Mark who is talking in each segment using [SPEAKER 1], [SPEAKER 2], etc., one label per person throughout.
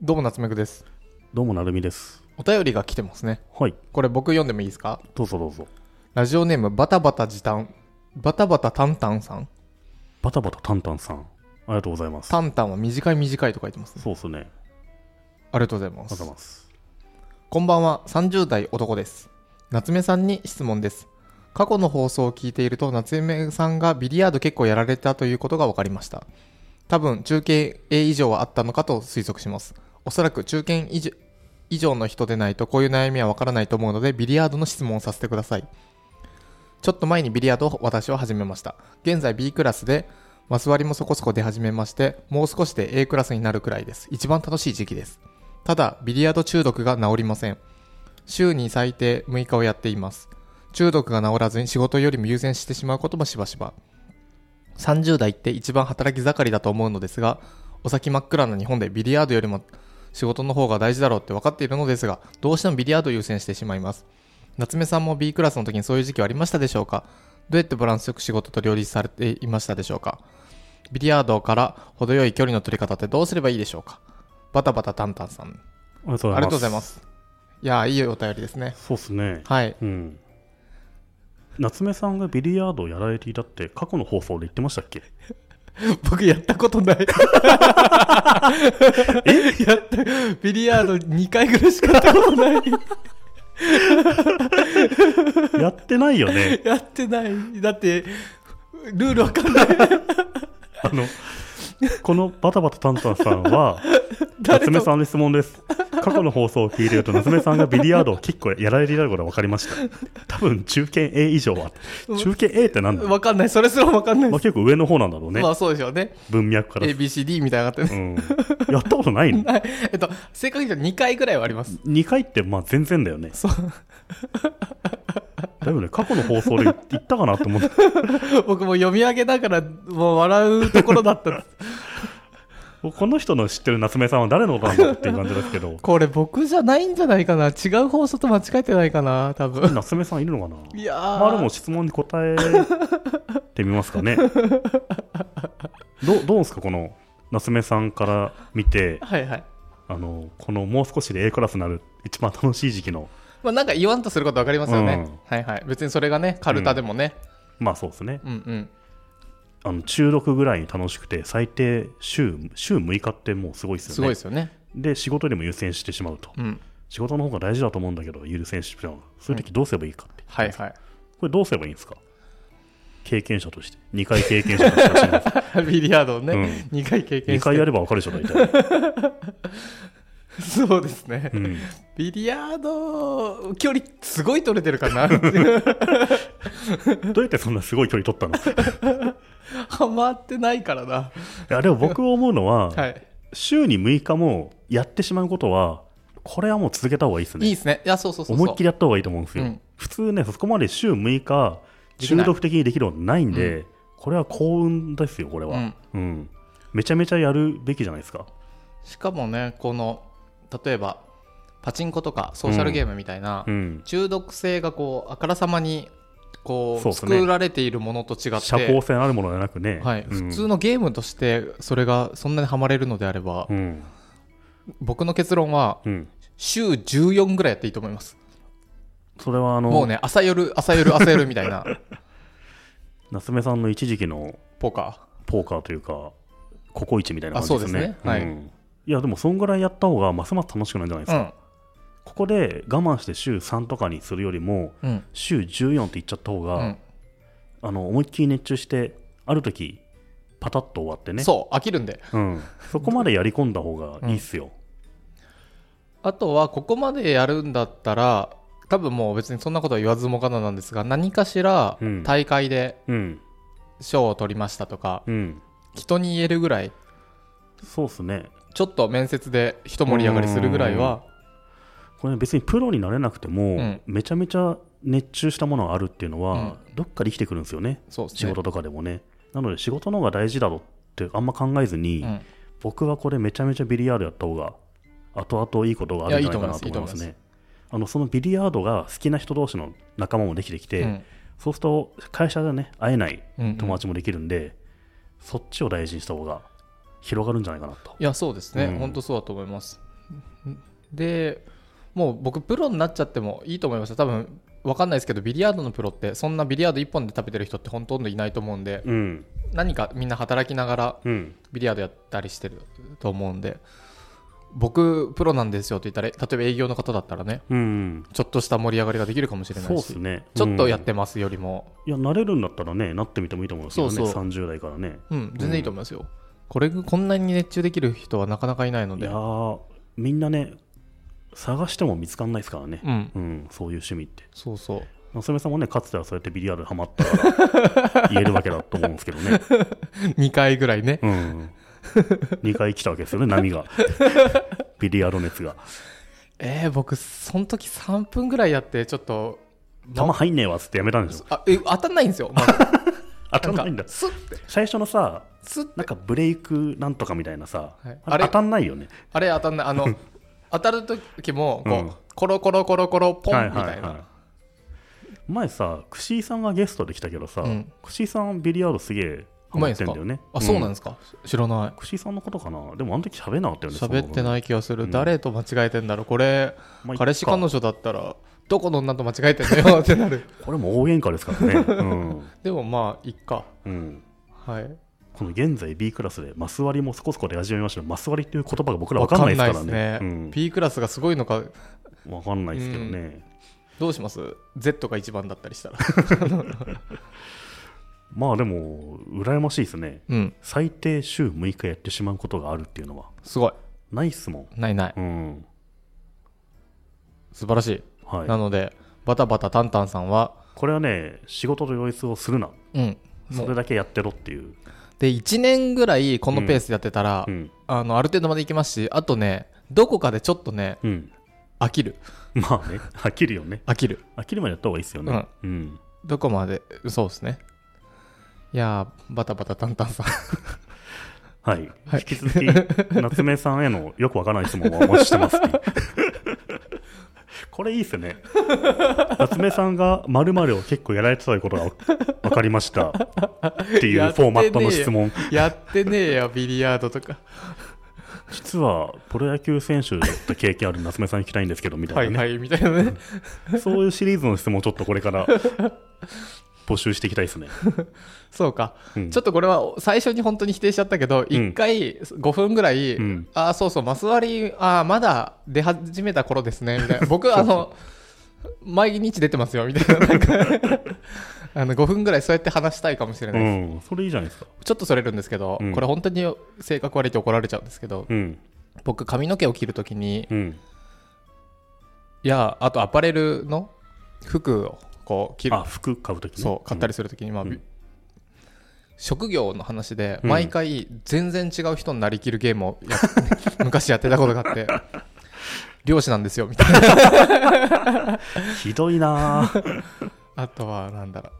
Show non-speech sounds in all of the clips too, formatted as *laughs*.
[SPEAKER 1] どうも夏目くです
[SPEAKER 2] どうもなるみです。
[SPEAKER 1] お便りが来てますね
[SPEAKER 2] はい、
[SPEAKER 1] これ僕読んでもいいですか
[SPEAKER 2] どうぞどうぞ。
[SPEAKER 1] ラジオネームバタバタ時短バタバタタンタンさん
[SPEAKER 2] バタバタタンタンさん、ありがとうございます。
[SPEAKER 1] タンタンは短い短いと書いてますね
[SPEAKER 2] そうですね。あ
[SPEAKER 1] あり
[SPEAKER 2] り
[SPEAKER 1] がとうございま
[SPEAKER 2] がとうござ
[SPEAKER 1] す
[SPEAKER 2] います。
[SPEAKER 1] こんばんは30代男です夏目さんに質問です過去の放送を聞いていると夏目さんがビリヤード結構やられたということが分かりました多分中堅 A 以上はあったのかと推測しますおそらく中堅以上以上の人でないとこういう悩みはわからないと思うのでビリヤードの質問をさせてくださいちょっと前にビリヤードを私は始めました現在 B クラスでマス割りもそこそこ出始めましてもう少しで A クラスになるくらいです一番楽しい時期ですただビリヤード中毒が治りません週に最低6日をやっています中毒が治らずに仕事よりも優先してしまうこともしばしば30代って一番働き盛りだと思うのですがお先真っ暗な日本でビリヤードよりも仕事の方が大事だろうって分かっているのですがどうしてもビリヤードを優先してしまいます夏目さんも B クラスの時にそういう時期はありましたでしょうかどうやってバランスよく仕事と両立されていましたでしょうかビリヤードから程よい距離の取り方ってどうすればいいでしょうかバタバタタンタンさん
[SPEAKER 2] ありがとう
[SPEAKER 1] ありがとうございま。すいやーいいお便りですね
[SPEAKER 2] そうですね。
[SPEAKER 1] はい
[SPEAKER 2] うん。夏目さんがビリヤードをやられていたって過去の放送で言ってましたっけ
[SPEAKER 1] *laughs* 僕やったことない *laughs* えやったビリヤード2回ぐらいしかやったことない
[SPEAKER 2] やってないよね。
[SPEAKER 1] *laughs* やってないだってルールわかんない *laughs*
[SPEAKER 2] あの、このバタバタタンタンさんは、
[SPEAKER 1] *laughs* 誰
[SPEAKER 2] 夏
[SPEAKER 1] と
[SPEAKER 2] 目さんの質問です。過去の放送を聞いていると、夏目さんがビリヤードを結構やられていたことが分かりました。多分中堅 A 以上は。
[SPEAKER 1] *laughs*
[SPEAKER 2] 中堅 A ってなんだ
[SPEAKER 1] わかんないそれすらわかんない
[SPEAKER 2] ま
[SPEAKER 1] で
[SPEAKER 2] あ、
[SPEAKER 1] す、
[SPEAKER 2] 結構上の方なんだろうね
[SPEAKER 1] ま。あそうでしょうね
[SPEAKER 2] 文脈からすると
[SPEAKER 1] ABCD みたいなのがあってね
[SPEAKER 2] うん、やったことな
[SPEAKER 1] *laughs*
[SPEAKER 2] いの
[SPEAKER 1] はいえっと、正確に言うと2回ぐらいはあります。
[SPEAKER 2] 2回ってまあ全然だよね
[SPEAKER 1] そう。
[SPEAKER 2] だよね過去の放送で言言ったかなと思って *laughs*
[SPEAKER 1] 僕も読み上げながら、もう笑うところだ *laughs* った。
[SPEAKER 2] この人の知ってる夏目さんは誰のことなんだろうっていう感じですけ
[SPEAKER 1] *laughs*
[SPEAKER 2] ど
[SPEAKER 1] これ僕じゃないんじゃないかな。違う放送と間違えてないかな、多分。
[SPEAKER 2] 夏目さんいるのかない
[SPEAKER 1] やー。
[SPEAKER 2] まあでも質問に答えてみます
[SPEAKER 1] *laughs*
[SPEAKER 2] かねどうどうですかこの夏目さんから見て
[SPEAKER 1] はいはい。
[SPEAKER 2] あのこのもう少しで A クラスになる一番楽しい時期の
[SPEAKER 1] まあなんか言わんとすることわかりますよね、
[SPEAKER 2] うん
[SPEAKER 1] はいはい。別にそれがね、カルタでもね。
[SPEAKER 2] まあそうですね
[SPEAKER 1] うん、うん
[SPEAKER 2] あの中毒ぐらいに楽しくて最低週週6日ってもうすごいですよね
[SPEAKER 1] すごいですよね。
[SPEAKER 2] で仕事よりも優先してしまうと、
[SPEAKER 1] うん。
[SPEAKER 2] 仕事の方が大事だと思うんだけど優先してしまうそういう時どうすればいいかって、
[SPEAKER 1] はいはい。 *laughs*
[SPEAKER 2] これどうすればいいんですか経験者として2回経験者として走ります
[SPEAKER 1] ビリヤードをね、
[SPEAKER 2] うん
[SPEAKER 1] 2回経験
[SPEAKER 2] 2
[SPEAKER 1] して。
[SPEAKER 2] 回やれば分かるでしょ大体、
[SPEAKER 1] そうですね。
[SPEAKER 2] うん、
[SPEAKER 1] ビリヤード、距離すごい取れてるかな。
[SPEAKER 2] *laughs* どうやってそんなすごい距離取った *laughs* のい
[SPEAKER 1] ハマってないからな。
[SPEAKER 2] やでも僕思うのは、
[SPEAKER 1] はい。
[SPEAKER 2] 週に6日もやってしまうことはこれはもう続けた方がいいですね
[SPEAKER 1] いいですね。いや、そうそうそうそう。
[SPEAKER 2] 思いっきりやった方がいいと思うんですよ、
[SPEAKER 1] うん
[SPEAKER 2] 普通ねそこまで週6日
[SPEAKER 1] できない
[SPEAKER 2] 中毒的にできるのないんで、これは幸運ですよこれは、うんめちゃめちゃやるべきじゃないですか
[SPEAKER 1] しかもねこの例えばパチンコとかソーシャルゲームみたいな、
[SPEAKER 2] うん
[SPEAKER 1] 中毒性がこうあからさまにこう
[SPEAKER 2] そうっすね
[SPEAKER 1] 作られているものと違って
[SPEAKER 2] 社交性あるものではなくね、
[SPEAKER 1] はい
[SPEAKER 2] うん
[SPEAKER 1] 普通のゲームとしてそれがそんなにハマれるのであれば、
[SPEAKER 2] うん
[SPEAKER 1] 僕の結論は
[SPEAKER 2] うん、
[SPEAKER 1] 週14ぐらいやっていいと思います
[SPEAKER 2] それはあの
[SPEAKER 1] もうね朝夜朝夜朝夜みたい
[SPEAKER 2] *laughs*
[SPEAKER 1] な
[SPEAKER 2] 夏目さんの一時期の
[SPEAKER 1] ポーカ
[SPEAKER 2] ポーカーというかココイチみたいな
[SPEAKER 1] あ
[SPEAKER 2] 感じですね
[SPEAKER 1] そうですねはい
[SPEAKER 2] んいやでもそんぐらいやった方がますます楽しくなるんじゃないです
[SPEAKER 1] ーう
[SPEAKER 2] か、
[SPEAKER 1] ん
[SPEAKER 2] ここで我慢して週3とかにするよりも
[SPEAKER 1] うん
[SPEAKER 2] 週14って言っちゃった方が、
[SPEAKER 1] うん
[SPEAKER 2] あの思いっきり熱中してある時パタッと終わってね
[SPEAKER 1] そう飽きるんで
[SPEAKER 2] うん、そこまでやり込んだ方がいいっすよ、
[SPEAKER 1] あとはここまでやるんだったら多分もう別にそんなことは言わずもがななんですが何かしら
[SPEAKER 2] うん
[SPEAKER 1] 大会で
[SPEAKER 2] うん
[SPEAKER 1] 賞を取りましたとか
[SPEAKER 2] うん
[SPEAKER 1] 人に言えるぐらい
[SPEAKER 2] そうっすね
[SPEAKER 1] ちょっと面接で一盛り上がりするぐらいは
[SPEAKER 2] これ別にプロになれなくても、
[SPEAKER 1] うん
[SPEAKER 2] めちゃめちゃ熱中したものがあるっていうのは、どっかで生きてくるんですよね
[SPEAKER 1] そうです
[SPEAKER 2] 仕
[SPEAKER 1] ね
[SPEAKER 2] 事とかでもねなので仕事の方が大事だろってあんま考えずに、
[SPEAKER 1] うん
[SPEAKER 2] 僕はこれめちゃめちゃビリヤードやった方が後々いいことがあるんじゃないかなと思います
[SPEAKER 1] いやい
[SPEAKER 2] ねあのそのビリヤードが好きな人同士の仲間もできてきて、
[SPEAKER 1] うん
[SPEAKER 2] そうすると会社でね会えない
[SPEAKER 1] うんうん
[SPEAKER 2] 友達もできるんで、そっちを大事にした方が広がるんじゃないかなと
[SPEAKER 1] いやそうですね
[SPEAKER 2] うん
[SPEAKER 1] 本当そうだと思いますでもう僕プロになっちゃってもいいと思いました多分わかんないですけどビリヤードのプロってそんなビリヤード1本で食べてる人ってほとんどいないと思うんで
[SPEAKER 2] うん
[SPEAKER 1] 何かみんな働きながら
[SPEAKER 2] うん
[SPEAKER 1] ビリヤードやったりしてると思うんで僕プロなんですよって言ったら例えば営業の方だったらね
[SPEAKER 2] うん
[SPEAKER 1] ちょっとした盛り上がりができるかもしれな
[SPEAKER 2] そう
[SPEAKER 1] い
[SPEAKER 2] で
[SPEAKER 1] し、
[SPEAKER 2] すね
[SPEAKER 1] ちょっとやっ
[SPEAKER 2] うん
[SPEAKER 1] てますよりも、
[SPEAKER 2] いや慣れるんだったらねなってみてもいいと思うんですよね
[SPEAKER 1] そうそう
[SPEAKER 2] 30代からね
[SPEAKER 1] うん全然いいと思いますよ、これこんなに熱中できる人はなかなかいないの
[SPEAKER 2] い
[SPEAKER 1] で
[SPEAKER 2] やーみんなね探しても見つかんないですからね
[SPEAKER 1] うん
[SPEAKER 2] うんそういう趣味って
[SPEAKER 1] そうそう *laughs*
[SPEAKER 2] 夏目さんもねかつてはそうやってビリヤードハマったから言えるわけだと思うんですけどね
[SPEAKER 1] 2回ぐらいね *laughs*
[SPEAKER 2] うん2回来たわけですよね波がビリヤード熱が
[SPEAKER 1] えー、僕その時3分ぐらいやってちょっと
[SPEAKER 2] 球入んねえわっつってやめたんですよ
[SPEAKER 1] あえ当たんないんですよ、
[SPEAKER 2] *laughs*
[SPEAKER 1] まず
[SPEAKER 2] 当たんないんだ
[SPEAKER 1] かスッて
[SPEAKER 2] 最初のさ
[SPEAKER 1] スッて
[SPEAKER 2] なんかブレイクなんとかみたいなさ、
[SPEAKER 1] はい
[SPEAKER 2] あ
[SPEAKER 1] あ
[SPEAKER 2] れ
[SPEAKER 1] れ
[SPEAKER 2] 当たんないよね
[SPEAKER 1] あれ当たんないあの当たる時もこう、
[SPEAKER 2] うん
[SPEAKER 1] コロコロコロコロポンみたいな、
[SPEAKER 2] い、前さ串井さんがゲストで来たけどさ、
[SPEAKER 1] うん
[SPEAKER 2] 串井さんビリヤードすげえハ
[SPEAKER 1] うま
[SPEAKER 2] マ
[SPEAKER 1] い
[SPEAKER 2] っ
[SPEAKER 1] んす
[SPEAKER 2] てん
[SPEAKER 1] か
[SPEAKER 2] だよね
[SPEAKER 1] あそうなんですすか、知らない
[SPEAKER 2] 串井さんのことかなでもあの時喋んなかったよね
[SPEAKER 1] 喋って
[SPEAKER 2] い、
[SPEAKER 1] ない気がする、
[SPEAKER 2] うん
[SPEAKER 1] 誰と間違えてんだろうこれ、
[SPEAKER 2] まあ
[SPEAKER 1] 彼氏彼女だったらどこの女と間違えてん
[SPEAKER 2] *laughs*
[SPEAKER 1] だよってなる
[SPEAKER 2] これも大喧嘩ですからね、うん
[SPEAKER 1] でもまあいっか
[SPEAKER 2] うん、
[SPEAKER 1] はい
[SPEAKER 2] この現在 B クラスでマス割りもそこそこで始めましたけどマス割りっていう言葉が僕ら分かんないですからね
[SPEAKER 1] わかんないです P クラスがすごいのか
[SPEAKER 2] うん、分かんないですけどね、
[SPEAKER 1] どうします Z が一番だったりしたら
[SPEAKER 2] まあでも羨ましいですね
[SPEAKER 1] うん
[SPEAKER 2] 最低週6日やってしまうことがあるっていうのは
[SPEAKER 1] すごい
[SPEAKER 2] ないっすもん
[SPEAKER 1] ないない
[SPEAKER 2] うん
[SPEAKER 1] 素晴らしい
[SPEAKER 2] はい
[SPEAKER 1] なのでバタバタタンタンさんは
[SPEAKER 2] これはね仕事と両立をするな
[SPEAKER 1] うんも
[SPEAKER 2] そうれだけやってろっていう、
[SPEAKER 1] で1年ぐらいこのペースでやってたら、
[SPEAKER 2] うん
[SPEAKER 1] あのある程度までいきますしあとねどこかでちょっとね
[SPEAKER 2] うん、
[SPEAKER 1] 飽きる
[SPEAKER 2] まあね飽きるよね
[SPEAKER 1] 飽きる
[SPEAKER 2] 飽きるまでやった方がいいですよねうん、
[SPEAKER 1] どこまでそうですねいやーバタバタタンタンさん *laughs*
[SPEAKER 2] はい、
[SPEAKER 1] はい
[SPEAKER 2] 引き続き夏目さんへのよくわからない質問はお待ちしてます *laughs* っていうこれいいっすね夏目さんがまるを結構やられてたということが分かりましたってい
[SPEAKER 1] や
[SPEAKER 2] う
[SPEAKER 1] っ
[SPEAKER 2] フ
[SPEAKER 1] てねえ
[SPEAKER 2] ォーマットの質問
[SPEAKER 1] やってねえよビリヤードとか
[SPEAKER 2] 実はプロ野球選手だった経験ある夏目さんに聞きたいんですけどみたいな
[SPEAKER 1] は
[SPEAKER 2] ね
[SPEAKER 1] いはいみたいなね
[SPEAKER 2] そういうシリーズの質問をちょっとこれから募集していきたいですね。
[SPEAKER 1] そうか、
[SPEAKER 2] うん
[SPEAKER 1] ちょっとこれは最初に本当に否定しちゃったけど、一1回5分ぐらい、
[SPEAKER 2] うん
[SPEAKER 1] ああそうそうマス割りああまだ出始めた頃ですねみ
[SPEAKER 2] *laughs*
[SPEAKER 1] たいな僕あの毎日出てますよみたいななんか
[SPEAKER 2] *laughs*
[SPEAKER 1] あの5分ぐらいそうやって話したいかもしれ
[SPEAKER 2] う
[SPEAKER 1] ないです、
[SPEAKER 2] ん、それいいじゃないですか。
[SPEAKER 1] ちょっとそれるんですけど、
[SPEAKER 2] うん
[SPEAKER 1] これ本当に性格悪いと怒られちゃうんですけど、
[SPEAKER 2] うん、
[SPEAKER 1] 僕髪の毛を切るときに、
[SPEAKER 2] うん、
[SPEAKER 1] いやあとアパレルの服をこう切る
[SPEAKER 2] あ、服買うとき、ね、
[SPEAKER 1] そう買ったりするときに、まあ
[SPEAKER 2] うん
[SPEAKER 1] 職業の話で
[SPEAKER 2] うん
[SPEAKER 1] 毎回全然違う人になりきるゲームをやっ *laughs* 昔やってたことがあ
[SPEAKER 2] *laughs*
[SPEAKER 1] って漁師なんですよみたいな
[SPEAKER 2] うんひどい
[SPEAKER 1] *laughs*
[SPEAKER 2] なぁ
[SPEAKER 1] あとはなんだろう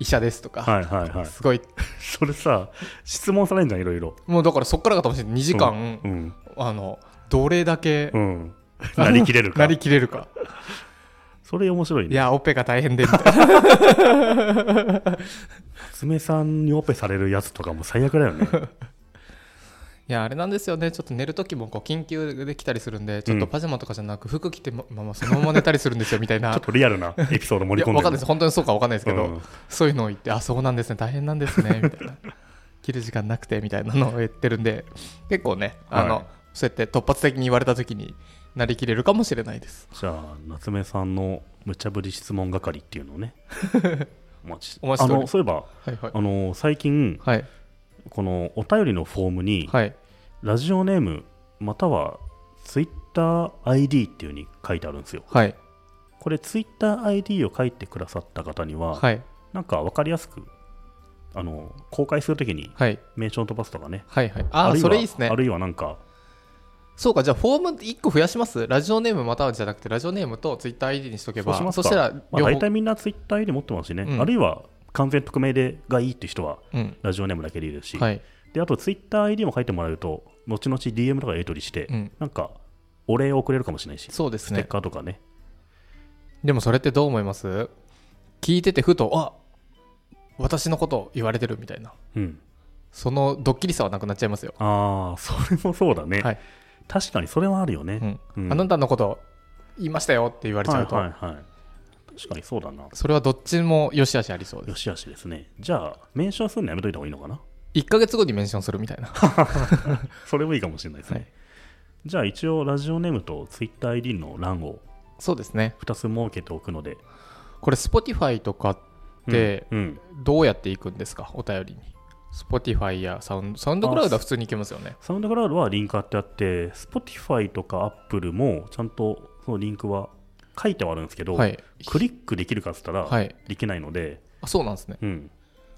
[SPEAKER 1] 医者ですとか、
[SPEAKER 2] はいはいはい。
[SPEAKER 1] すごい
[SPEAKER 2] それさ、質問されんじゃん、いろいろ。
[SPEAKER 1] もうだからそっからが楽しい2時間、
[SPEAKER 2] うん、
[SPEAKER 1] あのどれだけ
[SPEAKER 2] うん。うんなりきれる
[SPEAKER 1] *laughs* な
[SPEAKER 2] か。
[SPEAKER 1] りきれるか
[SPEAKER 2] それ面白い
[SPEAKER 1] い
[SPEAKER 2] ね。
[SPEAKER 1] やオペが大変でみたいな *laughs*
[SPEAKER 2] 夏目さんにオペされるやつとかも最悪だよね。
[SPEAKER 1] いやあれなんですよねちょっと寝る時もこう緊急できたりするんでちょっとパジャマとかじゃなく服着てまままそのまま寝たりするんですよみたいな
[SPEAKER 2] *laughs* ちょっとリアルなエピソード盛り込ん
[SPEAKER 1] いやわかん
[SPEAKER 2] で
[SPEAKER 1] ないです本当にそうかわかんないですけど、
[SPEAKER 2] うん
[SPEAKER 1] そういうのを言ってあそうなんですね大変なんですねみたいな切る時間なくてみたいなのを言ってるんで結構ねあの、
[SPEAKER 2] はい
[SPEAKER 1] そうやって突発的に言われた時になりきれるかもしれないです
[SPEAKER 2] じゃあ、夏目さんの無茶ぶり質問係っていうの
[SPEAKER 1] *laughs*
[SPEAKER 2] をね。お待ち
[SPEAKER 1] お待ちしております
[SPEAKER 2] あのそういえば、
[SPEAKER 1] はいはい
[SPEAKER 2] あの最近、
[SPEAKER 1] はい
[SPEAKER 2] このお便りのフォームに、
[SPEAKER 1] はい
[SPEAKER 2] ラジオネームまたはツイッター ID っていうふうに書いてあるんですよ。
[SPEAKER 1] はい
[SPEAKER 2] これツイッター ID を書いてくださった方には、
[SPEAKER 1] はい
[SPEAKER 2] なんか分かりやすくあの公開するときに
[SPEAKER 1] はい
[SPEAKER 2] 名称飛ばすとかね。
[SPEAKER 1] はいはいあ
[SPEAKER 2] る
[SPEAKER 1] あ
[SPEAKER 2] いは
[SPEAKER 1] それいいですね
[SPEAKER 2] あるいはなんか、
[SPEAKER 1] そうかじゃあフォーム1個増やしますラジオネームまたはじゃなくてラジオネームとツイッター ID にしとけ
[SPEAKER 2] そう
[SPEAKER 1] ば
[SPEAKER 2] しますか
[SPEAKER 1] したら
[SPEAKER 2] まあ、
[SPEAKER 1] 両
[SPEAKER 2] 大
[SPEAKER 1] 方、
[SPEAKER 2] 体みんなツイッター ID 持ってますしね、
[SPEAKER 1] うん
[SPEAKER 2] あるいは完全匿名でがいいっていう人は
[SPEAKER 1] うん
[SPEAKER 2] ラジオネームだけでいいですし、
[SPEAKER 1] はい
[SPEAKER 2] であとツイッター ID も書いてもらえると、後々 DM とかやり取りして、
[SPEAKER 1] うん
[SPEAKER 2] なんかお礼を送れるかもしれないし、
[SPEAKER 1] そうです
[SPEAKER 2] ステ
[SPEAKER 1] ね
[SPEAKER 2] ッカーとかね。
[SPEAKER 1] でもそれってどう思います聞いててふとあ私のこと言われてるみたいな
[SPEAKER 2] うん
[SPEAKER 1] そのドッキリさはなくなっちゃいますよ
[SPEAKER 2] ああ、それもそうだね。
[SPEAKER 1] はい
[SPEAKER 2] 確かにそれはあるよね。
[SPEAKER 1] う、
[SPEAKER 2] うんん
[SPEAKER 1] あなたのこと言いましたよって言われちゃうと、
[SPEAKER 2] はいはいはい。確かにそうだな。
[SPEAKER 1] それはどっちも良し悪しありそうで
[SPEAKER 2] よ
[SPEAKER 1] す
[SPEAKER 2] しよしですね。じゃあ、メンションするのやめといた方がいいのかな
[SPEAKER 1] 1ヶ月後にメンションするみたいな
[SPEAKER 2] それもいいかもしれないですね。
[SPEAKER 1] はい
[SPEAKER 2] じゃあ、一応、ラジオネームとツイッター ID の欄を
[SPEAKER 1] *laughs* そうですね
[SPEAKER 2] 2つ設けておくので。
[SPEAKER 1] これ Spotify とかって
[SPEAKER 2] うんうん
[SPEAKER 1] どうやっていくんですかお便りに Spotify やサウンドサウンドクラウドは普通にいけますよね
[SPEAKER 2] サウンドクラウドはリンク貼ってあって、Spotify とか Apple もちゃんとそのリンクは書いてはあるんですけど、
[SPEAKER 1] はい
[SPEAKER 2] クリックできるかっつったら、
[SPEAKER 1] はい
[SPEAKER 2] できないので、
[SPEAKER 1] あそうなんですね
[SPEAKER 2] うん、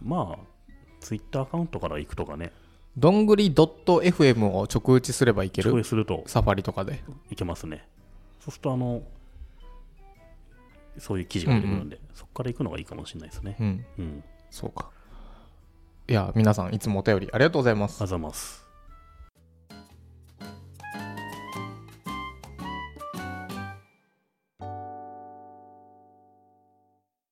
[SPEAKER 2] まあ、Twitter アカウントから行くとかね、
[SPEAKER 1] どんぐり .fm を直打ちすればいけ
[SPEAKER 2] 共有
[SPEAKER 1] る
[SPEAKER 2] すると
[SPEAKER 1] サファリとかで
[SPEAKER 2] いけますね。そうすると、あの、そういう記事が出てくるんで、そこから行くのがいいかもしれないですね。
[SPEAKER 1] うん
[SPEAKER 2] うん、
[SPEAKER 1] そうかいや皆さんいつもお便りありがとうございます
[SPEAKER 2] あざます。